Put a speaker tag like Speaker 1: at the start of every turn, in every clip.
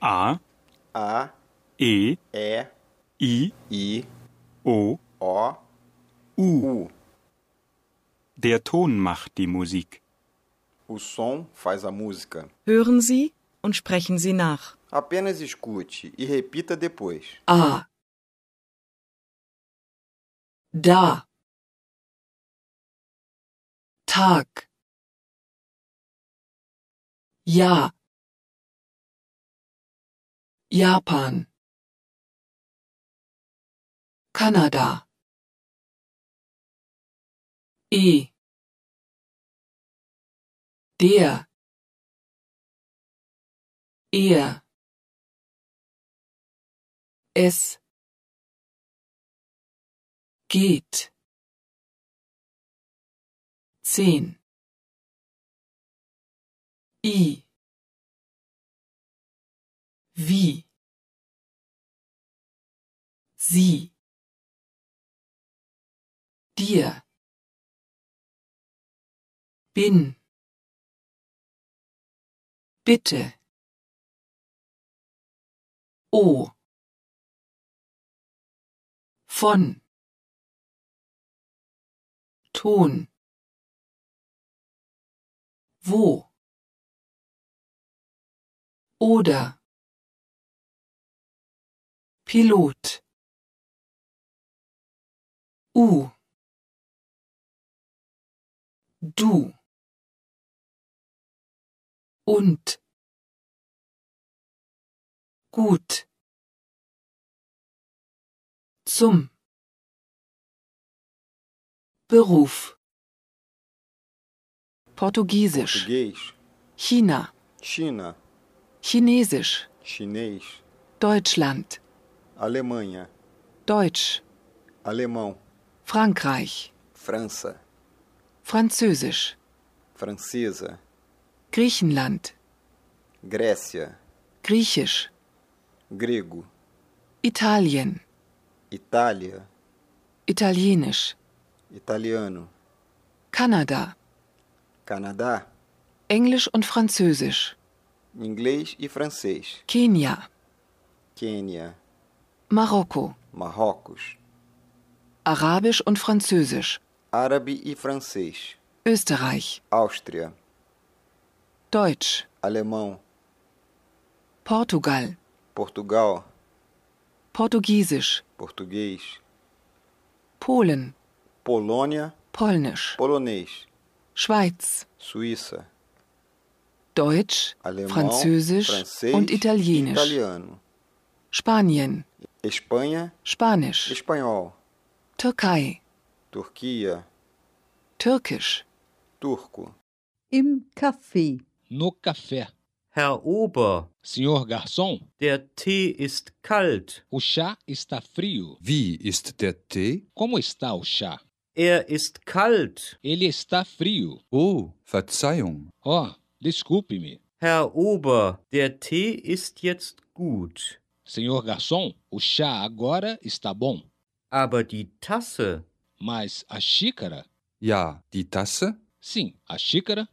Speaker 1: A,
Speaker 2: A,
Speaker 1: E,
Speaker 2: E,
Speaker 1: I,
Speaker 2: I,
Speaker 1: O,
Speaker 2: O,
Speaker 1: U.
Speaker 2: U.
Speaker 1: Der Ton macht die Musik.
Speaker 2: O som faz a música.
Speaker 3: Hören Sie und sprechen Sie nach.
Speaker 2: Apenas escute e repita depois.
Speaker 4: A. Da. Tag. Ja. Japan. Kanada. E. Der. Er. Es geht. Zehn. I. Wie. Sie. Dir. Bin. Bitte. Oh von Ton wo oder Pilot U du und gut zum Beruf Portugiesisch
Speaker 2: Português,
Speaker 4: China
Speaker 2: China,
Speaker 4: Chinesisch
Speaker 2: chinês,
Speaker 4: Deutschland
Speaker 2: Alemanha,
Speaker 4: Deutsch
Speaker 2: alemão,
Speaker 4: Frankreich
Speaker 2: França,
Speaker 4: Französisch
Speaker 2: francesa,
Speaker 4: Griechenland
Speaker 2: Grécia,
Speaker 4: Griechisch
Speaker 2: grego,
Speaker 4: Italien
Speaker 2: Itália,
Speaker 4: Italienisch
Speaker 2: italiano,
Speaker 4: Kanada
Speaker 2: Canadá,
Speaker 4: Englisch und Französisch
Speaker 2: inglês e francês,
Speaker 4: Kenia
Speaker 2: Quênia,
Speaker 4: Marokko
Speaker 2: Marrocos,
Speaker 4: Arabisch und Französisch
Speaker 2: árabe e francês,
Speaker 4: Österreich
Speaker 2: Áustria,
Speaker 4: Deutsch
Speaker 2: alemão,
Speaker 4: Portugal
Speaker 2: Portugal,
Speaker 4: Portugiesisch
Speaker 2: português,
Speaker 4: Polen
Speaker 2: Polônia,
Speaker 4: Polnisch
Speaker 2: polonês,
Speaker 4: Schweiz
Speaker 2: Suíça,
Speaker 4: Deutsch,
Speaker 2: alemão,
Speaker 4: Französisch
Speaker 2: francês
Speaker 4: und Italienisch.
Speaker 2: italiano,
Speaker 4: Spanien,
Speaker 2: Espanha,
Speaker 4: Spanisch,
Speaker 2: espanhol,
Speaker 4: Türkei,
Speaker 2: Turquia,
Speaker 4: Türkisch.
Speaker 2: turco,
Speaker 5: Im Café.
Speaker 6: No café.
Speaker 7: Herr Ober,
Speaker 6: Senhor garçom,
Speaker 7: der Tee ist kalt.
Speaker 6: o chá está frio.
Speaker 8: Wie ist der Tee?
Speaker 6: Como está o chá?
Speaker 7: Er ist kalt.
Speaker 6: Ele está frio.
Speaker 8: Oh, Verzeihung.
Speaker 6: Oh, desculpe-me.
Speaker 7: Herr Ober, der Tee ist jetzt gut.
Speaker 6: Senhor garçom, o chá agora está bom,
Speaker 7: Aber die Tasse,
Speaker 6: mas a xícara?
Speaker 8: Ja, die Tasse?
Speaker 6: Sim, a xícara,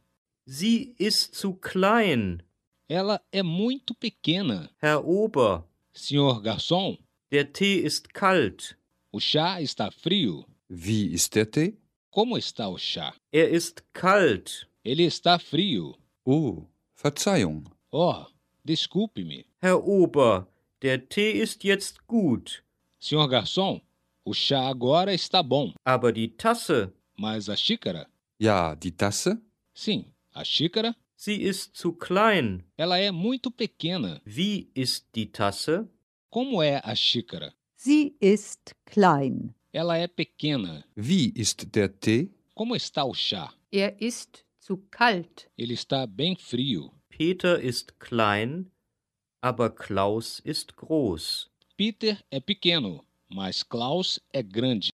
Speaker 7: sie ist zu klein.
Speaker 6: ela é muito pequena.
Speaker 7: Herr Ober,
Speaker 6: Senhor garçom,
Speaker 7: der Tee ist kalt.
Speaker 6: o chá está frio.
Speaker 8: Wie ist der Tee?
Speaker 6: Como está o chá?
Speaker 7: Er ist kalt.
Speaker 6: Ele está frio.
Speaker 8: Oh, Verzeihung.
Speaker 6: Oh, desculpe-me.
Speaker 7: Herr Ober, der Tee ist jetzt gut.
Speaker 6: Senhor garçom, o chá agora está bom,
Speaker 7: Aber die Tasse,
Speaker 6: mas a xícara?
Speaker 8: Ja, die Tasse?
Speaker 6: Sim, a xícara,
Speaker 7: sie ist zu klein.
Speaker 6: ela é muito pequena.
Speaker 7: Wie ist die Tasse?
Speaker 6: Como é a xícara?
Speaker 5: Sie ist klein.
Speaker 6: Ela é pequena.
Speaker 8: Wie ist der Tee?
Speaker 6: Como está o chá?
Speaker 9: Er ist zu kalt.
Speaker 6: Ele está bem frio.
Speaker 7: Peter ist klein, aber Klaus ist groß.
Speaker 6: Peter é pequeno, mas Klaus é grande.